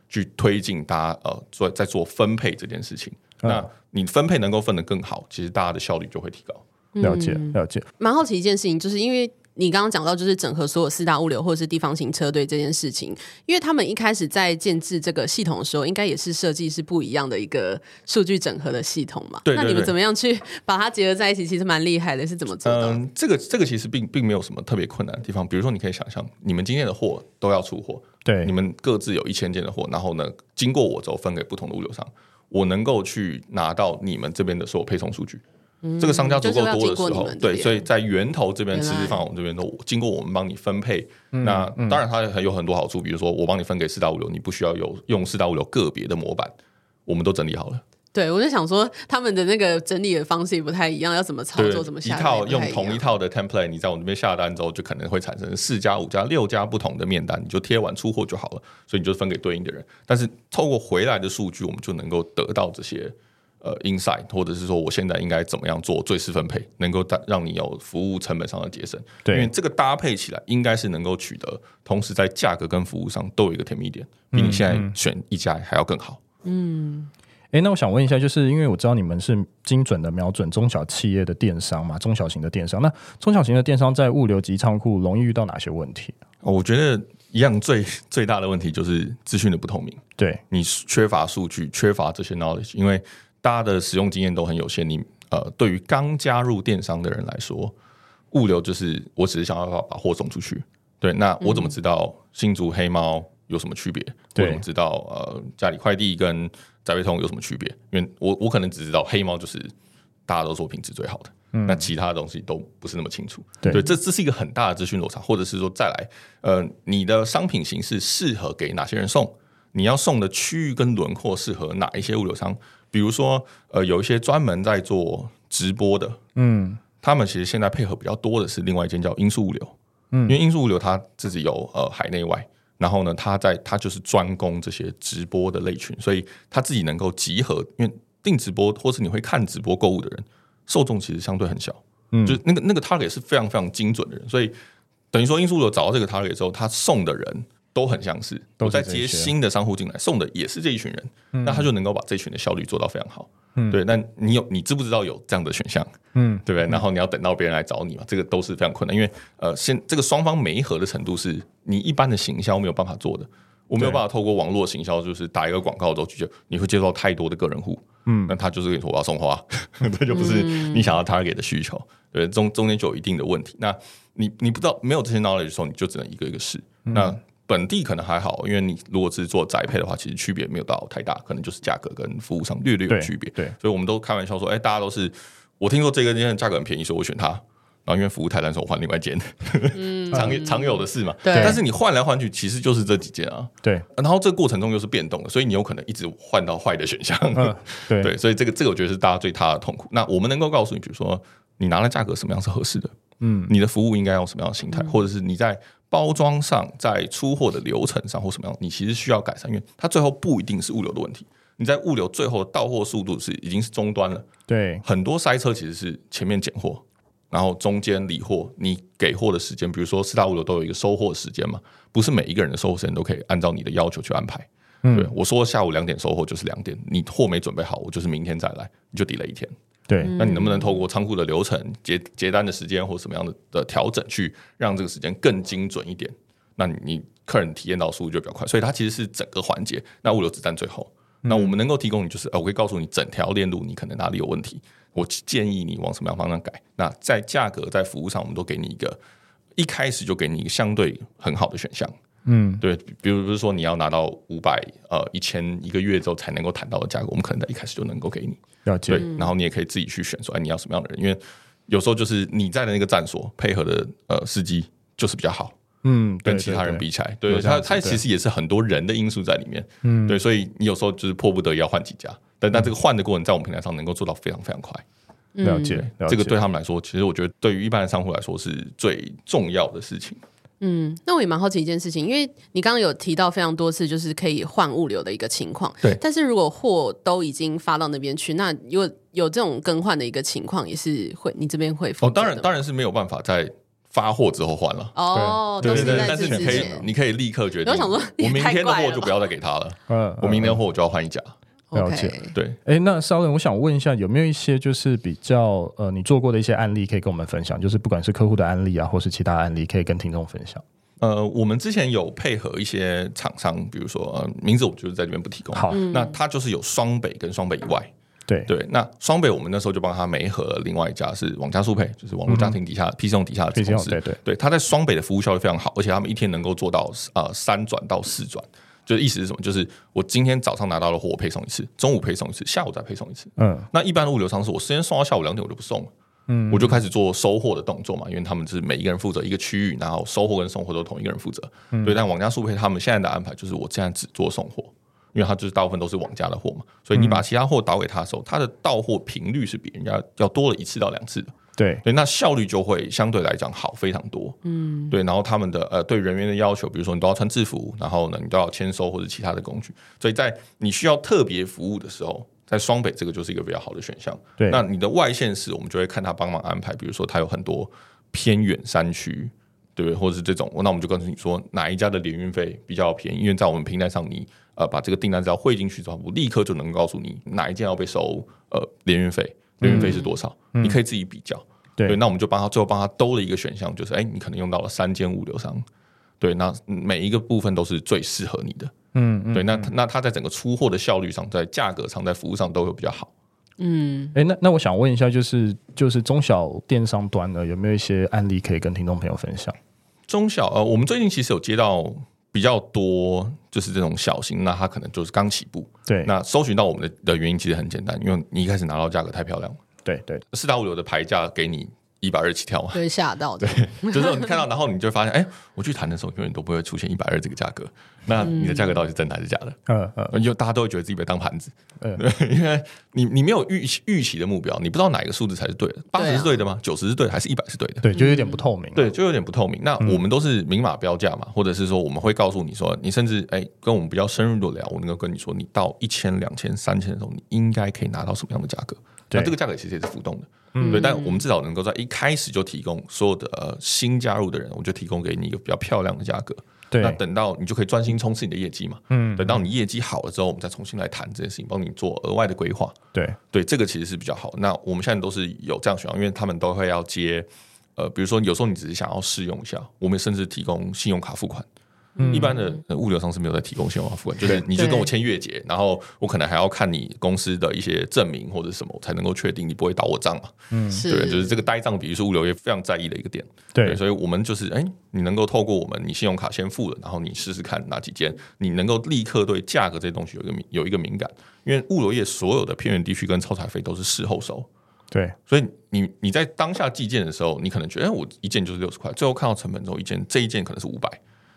去推进大家呃做在做分配这件事情？嗯那你分配能够分得更好，其实大家的效率就会提高。了解了解，蛮好奇一件事情，就是因为你刚刚讲到，就是整合所有四大物流或者是地方型车队这件事情，因为他们一开始在建制这个系统的时候，应该也是设计是不一样的一个数据整合的系统嘛。对那对你们对怎么样去把它结合在一起？其实蛮厉害的，是怎么做到的？嗯，这个这个其实并并没有什么特别困难的地方。比如说，你可以想象，你们今天的货都要出货，对你们各自有一千件的货，然后呢，经过我之后分给不同的物流商，我能够去拿到你们这边的所有配送数据。这个商家足嗯够就是多要经的过时你候们，这对，边所以在源头这边，原其来嗯实放我们这边都经过我们帮你分配。那当然，它还有很多好处，比如说我帮你分给四大物流，你不需要有用四大物流个别的模板，我们都整理好了。对我就想说，他们的那个整理的方式也不太一样，要怎么操对，作，怎么一下套单也不用太样同一套的 template，你在我们这边下单之后，就可能会产生四家、五家、六家不同的面单，你就贴完出货就好了，所以你就分给对应的人。但是透过回来的数据，我们就能够得到这些呃 insight，或者是说我现在应该怎么样做最适分配，能够带让你有服务成本上的节省。对因为这个搭配起来，应该是能够取得，同时在价格跟服务上都有一个甜蜜点，比你现在选一家还要更好。哎，那我想问一下，就是因为我知道你们是精准的瞄准中小企业的电商嘛，中小型的电商，那中小型的电商在物流及仓库容易遇到哪些问题？哦我觉得一样最最大的问题就是资讯的不透明。对，你缺乏数据，缺乏这些 knowledge，因为大家的使用经验都很有限。你呃，对于刚加入电商的人来说，物流就是我只是想要把把货送出去。对，那我怎么知道新竹黑猫有什么区别？嗯对我怎么知道呃家里快递跟宅配通有什么区别？因为我我可能只知道黑猫就是大家都说品质最好的，那其他的东西都不是那么清楚。嗯对这这是一个很大的资讯落差，或者是说再来，呃，你的商品形式适合给哪些人送？你要送的区域跟轮廓适合哪一些物流商？比如说，呃，有一些专门在做直播的，嗯，他们其实现在配合比较多的是另外一间叫音速物流，嗯，因为音速物流它自己有呃海内外，然后呢，它在它就是专攻这些直播的类群，所以它自己能够集合，因为订直播或是你会看直播购物的人，受众其实相对很小，嗯，就是那个那个 target 是非常非常精准的人，所以等于说音速物流找到这个 target 之后，他送的人。都很相似，都我是在这些接新的商户进来，送的也是这一群人，那他就能够把这群的效率做到非常好。对，那你有你知不知道有这样的选项？嗯，对不对？然后你要等到别人来找你嘛，这个都是非常困难，因为呃，现这个双方没合的程度是你一般的行销没有办法做的。我没有办法透过网络行销，就是打一个广告之后去接，你会接到太多的个人户，嗯，那他就是跟你说我要送花， [LAUGHS] 这就不是嗯你想要 target 的需求，对，中中间就有一定的问题。那你你不知道没有这些 knowledge 的时候，你就只能一个一个试。嗯那本地可能还好，因为你如果是做宅配的话，其实区别没有到太大，可能就是价格跟服务上略略有对区别。对，所以我们都开玩笑说，哎、大家都是我听说这个店价格很便宜，所以我选它。然后因为服务太烂，所以我换另外一间， [LAUGHS] 常有常有的事嘛。对但是你换来换去，其实就是这几间啊。对，然后这个过程中又是变动的，所以你有可能一直换到坏的选项。嗯，对，对，所以这个这个我觉得是大家最大的痛苦。那我们能够告诉你，比如说你拿的价格什么样是合适的，嗯，你的服务应该用什么样的形态，或者是你在包装上、在出货的流程上或什么样，你其实需要改善，因为它最后不一定是物流的问题。你在物流最后的到货速度是已经是终端了，对，很多塞车其实是前面拣货，然后中间理货，你给货的时间，比如说四大物流都有一个收货时间嘛，不是每一个人的收货时间都可以按照你的要求去安排。对，我说下午两点收货就是两点，你货没准备好，我就是明天再来，你就 delay 一天。对，那你能不能透过仓库的流程、结结单的时间或什么样的的调整，去让这个时间更精准一点？那你你客人体验到速度就比较快，所以它其实是整个环节。那物流只占最后，那我们能够提供你就是，呃，我会告诉你整条链路你可能哪里有问题，我建议你往什么样方向改。那在价格、在服务上，我们都给你一个一开始就给你一个相对很好的选项。嗯，对，比如不是说你要拿到五百呃一千一个月之后才能够谈到的价格，我们可能在一开始就能够给你。了对解，，然后你也可以自己去选说，哎，你要什么样的人？因为有时候就是你在的那个站所配合的呃司机就是比较好，嗯，对跟其他人比，起来，对有这他样子他对其实也是很多人的因素在里面，嗯，对，所以你有时候就是迫不得已要换几家，但但这个换的过程在我们平台上能够做到非常非常快，嗯对了解，了解嗯这个对他们来说，其实我觉得对于一般的商户来说是最重要的事情。嗯，那我也蛮好奇一件事情，因为你刚刚有提到非常多次，就是可以换物流的一个情况。对但是如果货都已经发到那边去，那如果有这种更换的一个情况，也是会你这边会哦，当然当然然是没有办法在发货之后换了。哦，对都对是对，在对但这是之你可以前，你可以立刻决定。我 [LAUGHS] 想说我明天的也太怪货了就不要再给他了，嗯，我明嗯天的货我就要换一家。了 OK 解对，哎，那邵伦，我想问一下，有没有一些就是比较呃，你做过的一些案例可以跟我们分享？就是不管是客户的案例啊，或是其他案例，可以跟听众分享。呃，我们之前有配合一些厂商，比如说、呃、名字，我就是在这边不提供。好，那它就是有双北跟双北以外，对，对，那双北我们那时候就帮他媒合另外一家是网家速配，就是网络家庭底下、PC 用底下的子 PC 公用司，对对对，他在双北的服务效率非常好，而且他们一天能够做到呃三转到四转，就是意思是什么？就是我今天早上拿到的货我配送一次，中午配送一次，下午再配送一次。嗯，那一般的物流商是我时间送到下午两点我就不送了。嗯，我就开始做收货的动作嘛，因为他们是每一个人负责一个区域，然后收货跟送货都同一个人负责。对，但网家速配他们现在的安排就是我现在只做送货，因为他就是大部分都是网家的货嘛，所以你把其他货倒给他的时候，他的到货频率是比人家要多了一次到两次的。对，对，那效率就会相对来讲好非常多。嗯，对，然后他们的呃对人员的要求，比如说你都要穿制服，然后呢你都要签收或者其他的工具，所以在你需要特别服务的时候，在双北这个就是一个比较好的选项。对那你的外线是我们就会看他帮忙安排，比如说他有很多偏远山区。对不对？或者是这种，那我们就告诉你说哪一家的联运费比较便宜，因为在我们平台上你，呃把这个订单只要汇进去之后，我立刻就能告诉你哪一件要被收呃联运费，联运费是多少，你可以自己比较。嗯对对，那我们就帮他最后帮他兜了一个选项，就是哎、你可能用到了三间物流商，对，那每一个部分都是最适合你的，嗯，对，那那他在整个出货的效率上，在价格上，在服务上都有比较好。嗯，哎，那那我想问一下，就是就是中小电商端呢，有没有一些案例可以跟听众朋友分享？中小呃，我们最近其实有接到比较多就是这种小型，那他可能就是刚起步，对，那搜寻到我们的的原因其实很简单，因为你一开始拿到价格太漂亮了，对对，四大物流的牌价给你一百二起跳嘛，对，吓到的， [LAUGHS] 就是 [LAUGHS] 你看到，然后你就会发现，哎、我去谈的时候永远都不会出现一百二这个价格，那你的价格到底是真的还是假的？嗯嗯，就大家都会觉得自己被当盘子，嗯对， [LAUGHS] 因为你你没有预期预期的目标，你不知道哪一个数字才是对的，八对十啊是对的吗？九十是对的，还是一百是对的？对，就有点不透明。对，就有点不透明。那我们都是明码标价嘛，或者是说我们会告诉你说，你甚至哎、跟我们比较深入的聊，我能够跟你说，你到一千、两千、三千的时候，你应该可以拿到什么样的价格？对那这个价格其实也是浮动的，对。但我们至少能够在一开始就提供所有的、呃、新加入的人，我就提供给你一个比较漂亮的价格。对那等到你就可以专心冲刺你的业绩嘛。嗯，等到你业绩好了之后，我们再重新来谈这件事情，帮你做额外的规划。对对，这个其实是比较好。那我们现在都是有这样选项，因为他们都会要接，呃，比如说有时候你只是想要试用一下，我们甚至提供信用卡付款。一般的呃物流商是没有在提供信用卡付款，就是你就跟我签月结，然后我可能还要看你公司的一些证明或者什么，我才能够确定你不会倒我账嘛。是嗯对，就是这个呆账，比如说物流业非常在意的一个点。对所以我们就是，哎、你能够透过我们，你信用卡先付了，然后你试试看哪几间，你能够立刻对价格这些东西有一个敏有一个敏感，因为物流业所有的偏远地区跟超采费都是事后收，对所以你你在当下寄件的时候，你可能觉得，哎、我一件就是六十块，最后看到成本之后，一件这一件可能是五百，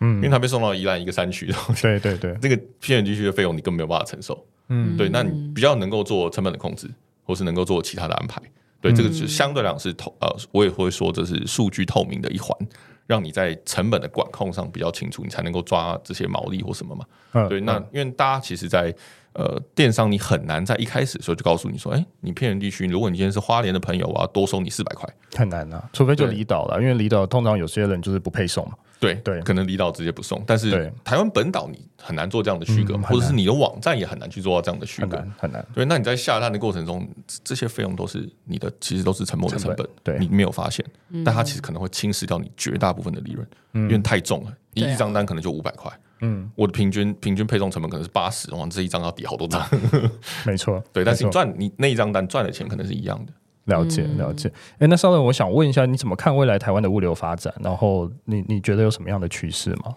嗯，因为它被送到宜兰一个山区，然后对对对，这个偏远地区的费用你根本没有办法承受。嗯，对，那你比较能够做成本的控制，或是能够做其他的安排。对，这个就相对来讲是透呃，我也会说这是数据透明的一环，让你在成本的管控上比较清楚，你才能够抓这些毛利或什么嘛。嗯对，那因为大家其实在，呃电商，你很难在一开始的时候就告诉你说，哎、你偏远地区，如果你今天是花莲的朋友，我要多收你四百块。很难啊，除非就对离岛了，因为离岛通常有些人就是不配送嘛。对对可能离岛直接不送，但对是台湾本岛你很难做这样的区隔嗯嘛，很或者是难你的网站也很难去做到这样的区很隔。难很难。对，那你在下单的过程中，这这些费用都是你的，其实都是沉没的成本，成本对你没有发现，嗯但它其实可能会侵蚀掉你绝大部分的利润，因为太重了，一对啊一张单可能就五百块，嗯，我的平均平均配送成本可能是八十，哇，这一张要抵好多 [LAUGHS] 张，没错，对，但是没错你赚你那一张单赚的钱可能是一样的。了解嗯了解。哎，那稍等，我想问一下，你怎么看未来台湾的物流发展？然后你你觉得有什么样的趋势吗？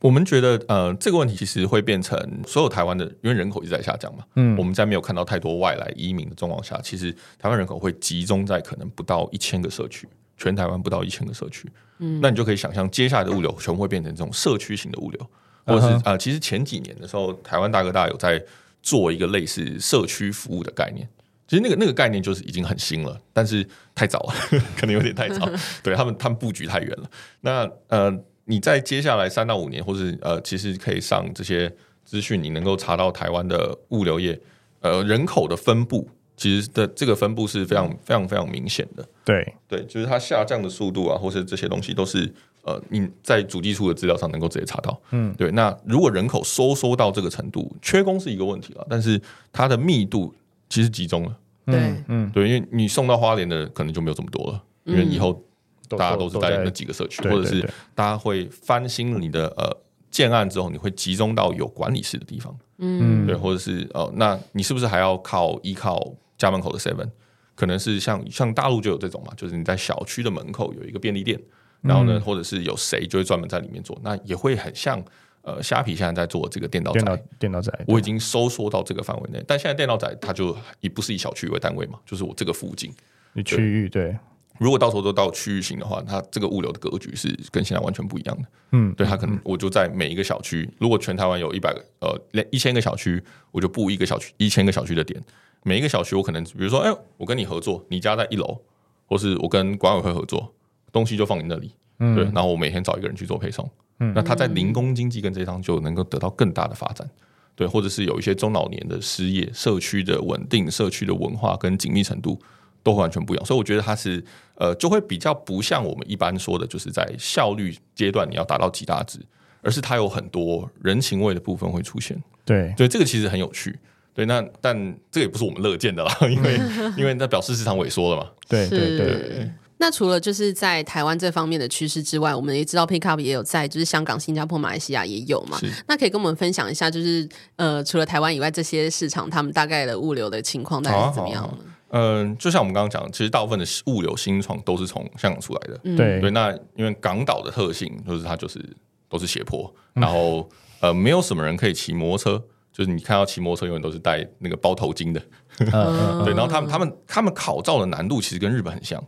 我们觉得，呃，这个问题其实会变成所有台湾的，因为人口一直在下降嘛，嗯，我们在没有看到太多外来移民的状况下，其实台湾人口会集中在可能不到一千个社区，全台湾不到一千个社区，嗯，那你就可以想象，接下来的物流全部会变成这种社区型的物流，或者是嗯哼呃，其实前几年的时候，台湾大哥大有在做一个类似社区服务的概念。其实那个那个概念就是已经很新了，但是太早了， [LAUGHS] 可能有点太早。对他们，他们布局太远了。那呃，你在接下来三到五年，或是呃，其实可以上这些资讯，你能够查到台湾的物流业呃人口的分布，其实的这个分布是非常非常非常明显的。对，对，就是它下降的速度啊，或是这些东西都是呃你在主基础的资料上能够直接查到。嗯，对。那如果人口收缩到这个程度，缺工是一个问题了，啊但是它的密度其实集中了。对，嗯，对，因为你送到花莲的可能就没有这么多了，因为以后大家都是在那几个社区，对或者对是对大家会翻新你的呃建案之后，你会集中到有管理室的地方，嗯对，或者是呃，那你是不是还要靠依靠家门口的 seven？可能是像像大陆就有这种嘛，就是你在小区的门口有一个便利店，然后呢，嗯或者是有谁就会专门在里面做，那也会很像呃虾皮现在在做这个电脑嗯电宅脑，电脑仔，我已经收缩到这个范围内，但现在电脑仔它就也不是以小区为单位嘛，就是我这个附近。你区域对，如果到时候都到区域型的话，它这个物流的格局是跟现在完全不一样的。嗯，对，它可能我就在每一个小区，如果全台湾有一百个呃连一千个小区，我就布一个小区一千个小区的点，每一个小区我可能比如说，哎、我跟你合作，你家在一楼，或是我跟管委会合作，东西就放你那里，对，然后我每天找一个人去做配送，嗯那他在零工经济跟这一张就能够得到更大的发展。对，或者是有一些中老年的失业，社区的稳定、社区的文化跟紧密程度都完全不一样，所以我觉得它是呃，就会比较不像我们一般说的，就是在效率阶段你要达到极大值，而是它有很多人情味的部分会出现。对，对，这个其实很有趣。对，那但这个也不是我们乐见的啦，[LAUGHS] 因为因为那表示市场萎缩了嘛。对，对，对，是。那除了就是在台湾这方面的趋势之外，我们也知道 Pickup 也有在，就是香港、新加坡、马来西亚也有嘛是。那可以跟我们分享一下，就是呃，除了台湾以外，这些市场他们大概的物流的情况大概是怎么样好啊呢？嗯、就像我们刚刚讲的，其实大部分的物流新创都是从香港出来的。嗯对对，那因为港岛的特性就是它就是都是斜坡，然后呃，没有什么人可以骑摩托车，就是你看到骑摩托车永远都是戴那个包头巾的，嗯，对，然后他们他们他们考照的难度其实跟日本很像，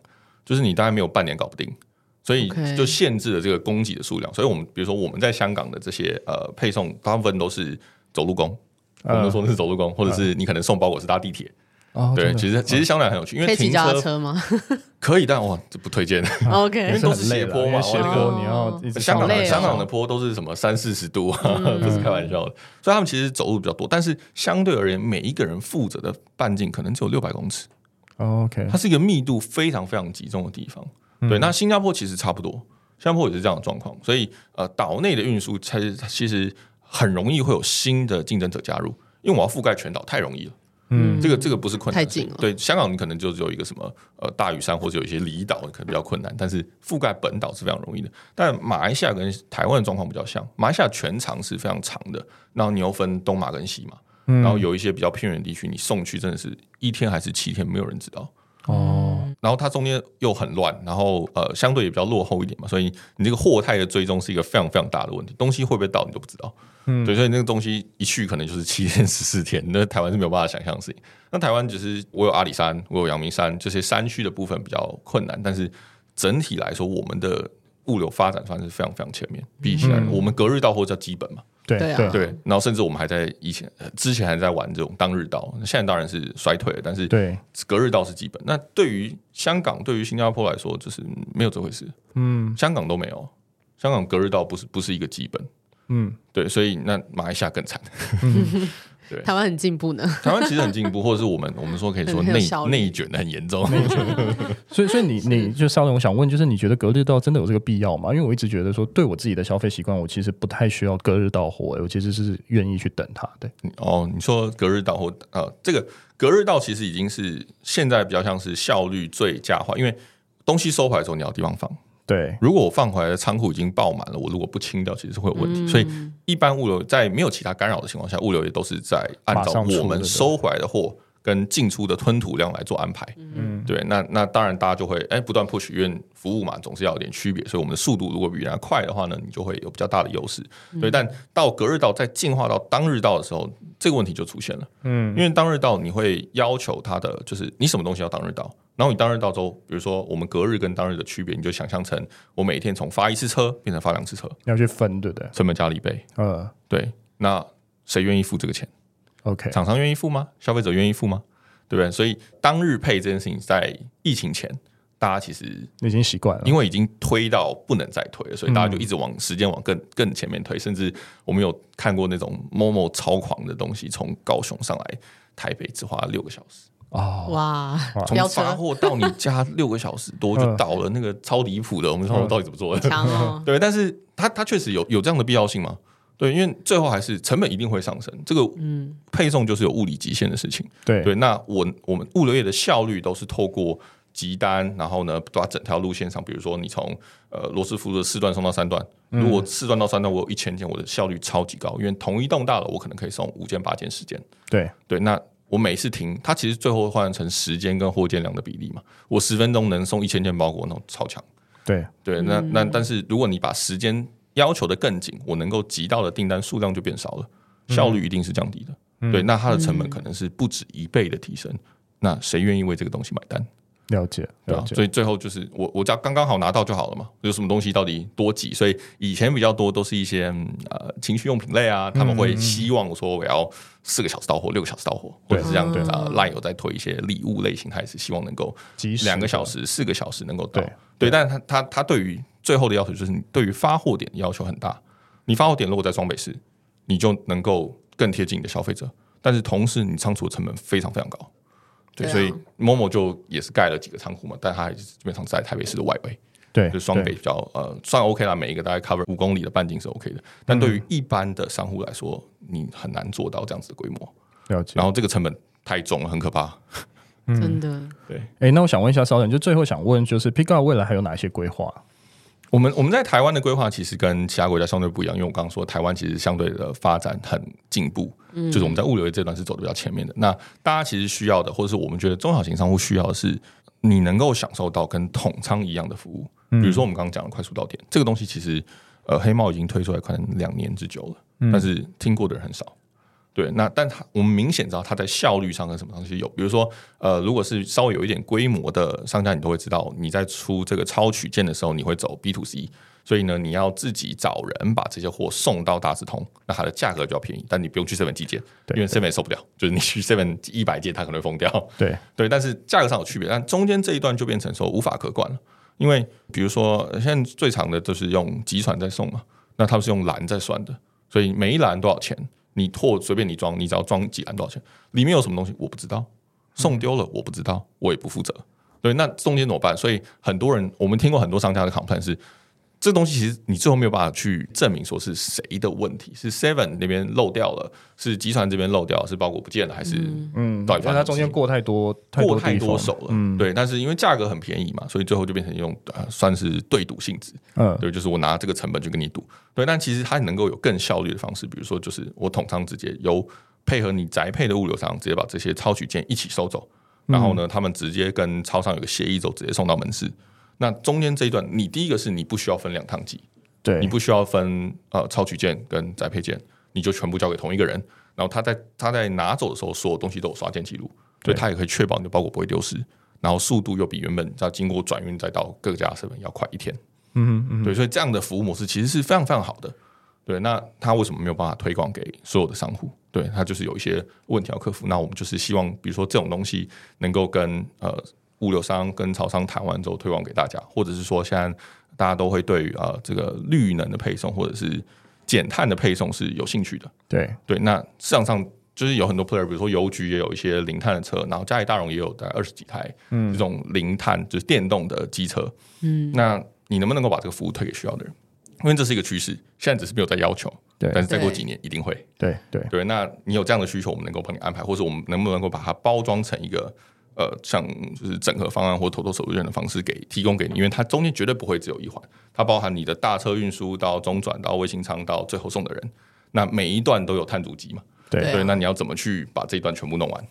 就是你大概没有半年搞不定，所以 OK 就限制了这个供给的数量。所以我们比如说我们在香港的这些呃配送，大部分都是走路工。我嗯们都说是走路工，或者是你可能送包裹是搭地铁，哦对，其实其实相对来很有趣，因可为以骑停脚踏车车 [LAUGHS] 吗哦可以，但哇，这不推荐。也？OK，是很累了，因为斜坡你要一直 [LAUGHS] 香港好的累哦香港的坡都是什么三四十度啊，嗯 [LAUGHS] 不是开玩笑的。所以他们其实走路比较多，但是相对而言，每一个人负责的半径可能只有六百公尺，哦，OK，它是一个密度非常非常集中的地方。对，那新加坡其实差不多，新加坡也是这样的状况。所以呃，岛内的运输其实其实很容易会有新的竞争者加入，因为我要覆盖全岛太容易了。嗯这个这个不是困难的太事情，近了对，香港你可能就只有一个什么呃大屿山或者有一些离岛可能比较困难，但是覆盖本岛是非常容易的。但马来西亚跟台湾的状况比较像，马来西亚全长是非常长的，然后你又分东马跟西马，然后有一些比较偏远的地区，你送去真的是一天还是七天，没有人知道。哦，然后它中间又很乱，然后呃相对也比较落后一点嘛，所以你这个货态的追踪是一个非常非常大的问题，东西会不会到你都不知道。嗯，对，所以那个东西一去可能就是 [LAUGHS] 七天十四天，那台湾是没有办法想象的事情。那台湾只是我有阿里山，我有阳明山这些山区的部分比较困难，但是整体来说，我们的物流发展算是非常非常前面，比起来、我们隔日到货叫基本嘛，对对啊对嗯对，然后甚至我们还在以前、呃之前还在玩这种当日到，现在当然是衰退了，但是对，隔日到是基本。那对于香港、对于新加坡来说，就是嗯没有这回事。嗯，香港都没有，香港隔日到不是不是一个基本。嗯，对，所以那马来西亚更惨。台湾很进步呢。台湾其实很进步，或者是我们我们说可以说很很有内效率内卷的很严重。所以所以 [LAUGHS] 你你就稍等，我想问，就是你觉得隔日到真的有这个必要吗？因为我一直觉得说，对我自己的消费习惯，我其实不太需要隔日到货，我其实是愿意去等它的。 [LAUGHS] 哦，你说隔日到或呃，这个隔日到其实已经是现在比较像是效率最佳化，因为东西收回来的时候你要有地方放。对，如果我放回来的仓库已经爆满了，我如果不清掉，其实是会有问题。所以一般物流在没有其他干扰的情况下，物流也都是在按照马上出我们对收回来的货跟进出的吞吐量来做安排。嗯，对，那那当然大家就会哎不断 push，因为服务嘛总是要有点区别，所以我们的速度如果比人家快的话呢，你就会有比较大的优势。对，但到隔日到再进化到当日到的时候，这个问题就出现了。嗯，因为当日到你会要求它的就是你什么东西要当日到，然后你当日到之后，比如说我们隔日跟当日的区别，你就想象成我每天从发一次车变成发两次车，要去分，对不对？成本加了一倍。嗯对，那谁愿意付这个钱？ ，OK，厂商愿意付吗？消费者愿意付吗？对不对？所以当日配这件事情在疫情前，大家其实已经习惯了，因为已经推到不能再推了，所以大家就一直往时间往更更前面推，甚至我们有看过那种某某超狂的东西，从高雄上来台北只花六个小时，哦，哇，从飙发车货到你家六个小时多就到了，那个超离谱的，我们从头到底怎么做的？，强哦对，但是它它确实有有这样的必要性吗？对，因为最后还是成本一定会上升，这个嗯，配送就是有物理极限的事情。对对，那我我们物流业的效率都是透过集单，然后呢，把整条路线上，比如说你从呃罗斯福的四段送到三段，如果四段到三段我有一千件，我的效率超级高，因为同一栋大楼我可能可以送五件八件十件。对，对，那我每次停，它其实最后换成时间跟货件量的比例嘛，我十分钟能送一千件包裹，那种超强。对，对，那嗯那但是如果你把时间要求的更紧，我能够集到的订单数量就变少了，效嗯率一定是降低的。对，那它的成本可能是不止一倍的提升。那谁愿意为这个东西买单？了解，对了啊，解，所以最后就是我我只要刚刚好拿到就好了嘛。有什么东西到底多挤？所以以前比较多都是一些嗯呃情趣用品类啊，他嗯们会希望说我要四个小时到货，六个小时到货，或对者是这样对啊。赖有在推一些礼物类型，他也是希望能够及时两个的小时、四个小时能够到。对对，但是他他他对于最后的要求就是，你对于发货点的要求很大。你发货点如果在双北市，你就能够更贴近你的消费者，但是同时你仓储的成本非常非常高。对，对啊所以 Momo 就也是盖了几个仓库嘛，但它还是基本上在台北市的外围，对，就双北对比较呃算 OK 啦，每一个大概 cover 五公里的半径是 OK 的。但对于一般的商户来说，你很难做到这样子的规模，了解然。后这个成本太重了，很可怕。嗯真的，对，哎，那我想问一下稍等，就最后想问，就是 Pickup 未来还有哪些规划？我们我们在台湾的规划其实跟其他国家相对不一样，因为我刚刚说台湾其实相对的发展很进步，就是我们在物流业这段是走的比较前面的。那大家其实需要的，或者是我们觉得中小型商户需要的是，你能够享受到跟统仓一样的服务。比如说我们刚刚讲的快速到点，这个东西其实呃黑猫已经推出来可能两年之久了，但是听过的人很少。对，那但它我们明显知道它在效率上跟什么东西有，比如说，呃，如果是稍微有一点规模的商家，你都会知道，你在出这个超取件的时候，你会走 B to C，所以呢，你要自己找人把这些货送到大直通，那它的价格就要便宜，但你不用去 seven 寄件，对因为 seven 受不了，就是你去 seven 一百件，它可能会疯掉。对， [LAUGHS] 对，但是价格上有区别，但中间这一段就变成说无法可管了，因为比如说呃现在最常的就是用集船在送嘛，那他们是用篮在算的，所以每一篮多少钱，你货随便你装，你只要装几篮多少钱，里面有什么东西我不知道，送丢了我不知道，我也不负责。对，那中间怎么办？所以很多人，我们听过很多商家的 complain 是，这东西其实你最后没有办法去证明说是谁的问题，是 Seven 那边漏掉了，是集团这边漏掉了，是包裹不见了，还是嗯，到因底为它发生什么中事间过太多，过地太多方手了，对。但是因为价格很便宜嘛，所以最后就变成用呃算是对赌性质，嗯，对，就是我拿这个成本去跟你赌，对。但其实它能够有更效率的方式，比如说就是我统仓直接由配合你宅配的物流商直接把这些超取件一起收走，然后呢，他们直接跟超商有个协议之后直接送到门市。那中间这一段，你第一个是你不需要分两趟寄，对，你不需要分呃超取件跟宅配件，你就全部交给同一个人。然后他在他在拿走的时候，所有东西都有刷件记录，所对以他也可以确保你的包裹不会丢失。然后速度又比原本要经过转运再到各家身份要快一天。嗯嗯，对，所以这样的服务模式其实是非常非常好的。对，那他为什么没有办法推广给所有的商户？对，他就是有一些问题要克服。那我们就是希望，比如说这种东西能够跟呃物流商跟超商谈完之后推广给大家，或者是说现在大家都会对于呃这个绿能的配送或者是减碳的配送是有兴趣的。对，对，那市场上就是有很多 player，比如说邮局也有一些零碳的车，然后嘉里大荣也有大概二十几台，嗯，这种零碳就是电动的机车，嗯，那你能不能够把这个服务推给需要的人？因为这是一个趋势，现在只是没有在要求，对但是再过对几年一定会。对对对，那你有这样的需求，我们能够帮你安排，或者我们能不能够把它包装成一个呃，像就是整合方案或头头手续券的方式给提供给你，因为它中间绝对不会只有一环，它包含你的大车运输到中转到卫星仓到最后送的人，那每一段都有碳足迹嘛，对对啊对，那你要怎么去把这一段全部弄完？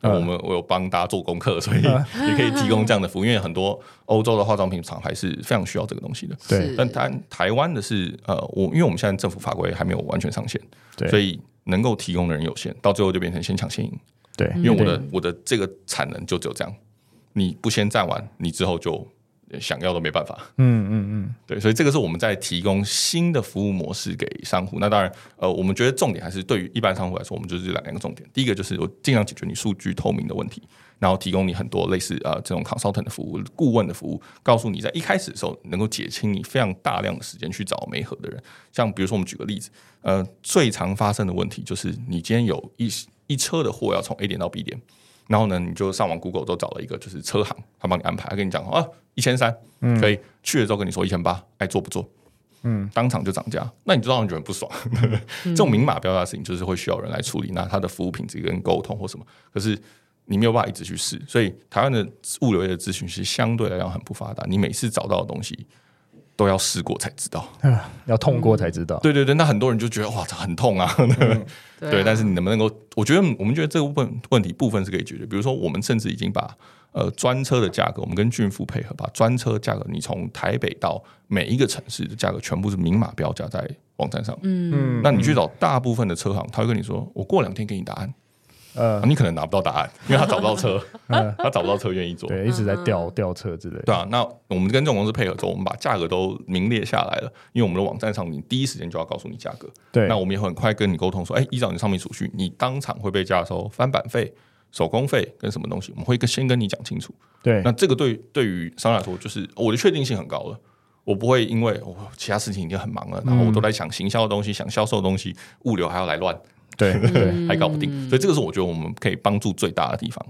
那嗯我们我有帮大家做功课，所以也可以提供这样的服务，因为很多欧洲的化妆品厂牌是非常需要这个东西的。对是但台台湾的是，呃，我因为我们现在政府法规还没有完全上线，对所以能够提供的人有限，到最后就变成先抢先赢。对，因为我的我的这个产能就只有这样，你不先占完，你之后就呃想要都没办法。嗯嗯嗯，对，所以这个是我们在提供新的服务模式给商户。那当然，呃，我们觉得重点还是对于一般商户来说，我们就是两两个重点。第一个就是我尽量解决你数据透明的问题，然后提供你很多类似呃这种 consultant 的服务、顾问的服务，告诉你在一开始的时候能够解清你非常大量的时间去找媒合的人。像比如说，我们举个例子，呃，最常发生的问题就是你今天有一一车的货要从 A 点到 B 点，然后呢，你就上网 Google 都找了一个就是车行，他帮你安排，他跟你讲啊一千三。可以去了之后跟你说一千八，爱做不做？嗯，当场就涨价，那你就让人觉得很不爽。 [LAUGHS] 这种明码标价的事情，就是会需要人来处理，那它的服务品质跟沟通或什么，可是你没有办法一直去试，所以台湾的物流业的咨询是相对来讲很不发达，你每次找到的东西都要试过才知道。啊要痛过才知道。对对对，那很多人就觉得哇，这很痛啊。对啊对，但是你能不能够？我觉得我们觉得这个部分问题部分是可以解决。比如说，我们甚至已经把呃专车的价格，我们跟俊富配合，把专车价格，你从台北到每一个城市的价格全部是明码标价在网站上。嗯，那你去找大部分的车行，他会跟你说，我过两天给你答案。呃，你可能拿不到答案，因为他找不 [LAUGHS] 到车，嗯他找不到车愿意做。对，一直在吊吊车之类。对啊，那我们跟这种公司配合之后，我们把价格都明列下来了，因为我们的网站上你第一时间就要告诉你价格。对那我们也很快跟你沟通说，哎，依照你上面所需，你当场会被加收翻版费、手工费跟什么东西，我们会跟先跟你讲清楚。对那这个对对于商家来说，就是我的确定性很高了。我不会因为我哦其他事情已经很忙嗯了，然后我都在想行销的东西、想销售的东西，物流还要来乱，对对，还搞不定。所以这个是我觉得我们可以帮助最大的地方。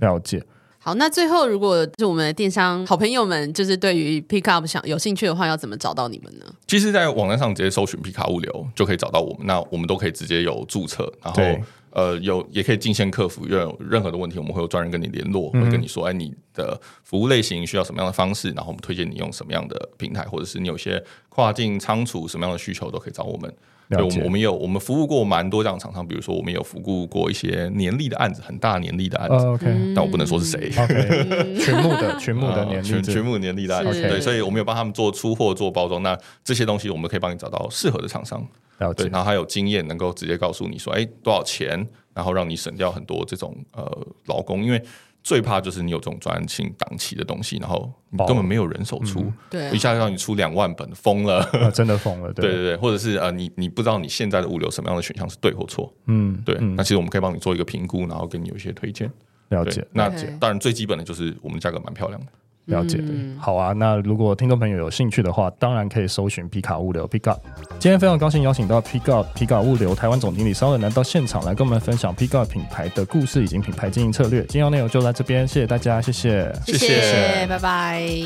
了解。好，那最后如果就是我们的电商好朋友们，就是对于 Pickup 想有兴趣的话，要怎么找到你们呢？其实，在网站上直接搜寻皮卡物流就可以找到我们，那我们都可以直接有注册，然后对呃有也可以进线客服，有任何的问题，我们会有专人跟你联络，嗯会跟你说，哎，你的服务类型需要什么样的方式，然后我们推荐你用什么样的平台，或者是你有些跨境仓储什么样的需求都可以找我们。对，了我解们我们也有我们服务过蛮多这样的厂商，比如说我们有服务过一些年历的案子，很大年历的案子，呃 OK 但我不能说是谁。 [LAUGHS] OK，群目的群目的啊年全龄全部年历的案是子，对，所以我们有帮他们做出货、做包装，那这些东西我们可以帮你找到适合的厂商，了啊对，解。然后还有经验能够直接告诉你说，哎，多少钱，然后让你省掉很多这种呃劳工，因为最怕就是你有这种专案性档期的东西，然后你根本没有人手嗯出，对啊一下让你出两万本，疯了。啊，真的疯了，对对对，或者是呃，你你不知道你现在的物流什么样的选项是对或错，嗯，对，那其实我们可以帮你做一个评估，然后给你有一些推荐。了对解，那 OK 当然最基本的就是我们的价格蛮漂亮的。了解。嗯好啊，那如果听众朋友有兴趣的话，当然可以搜寻皮卡物流 Pick Up。今天非常高兴邀请到 Pick Up 皮卡物流台湾总经理邵远南到现场来跟我们分享 Pick Up 品牌的故事以及品牌经营策略。今天的内容就到这边，谢谢大家，谢谢。谢谢拜拜。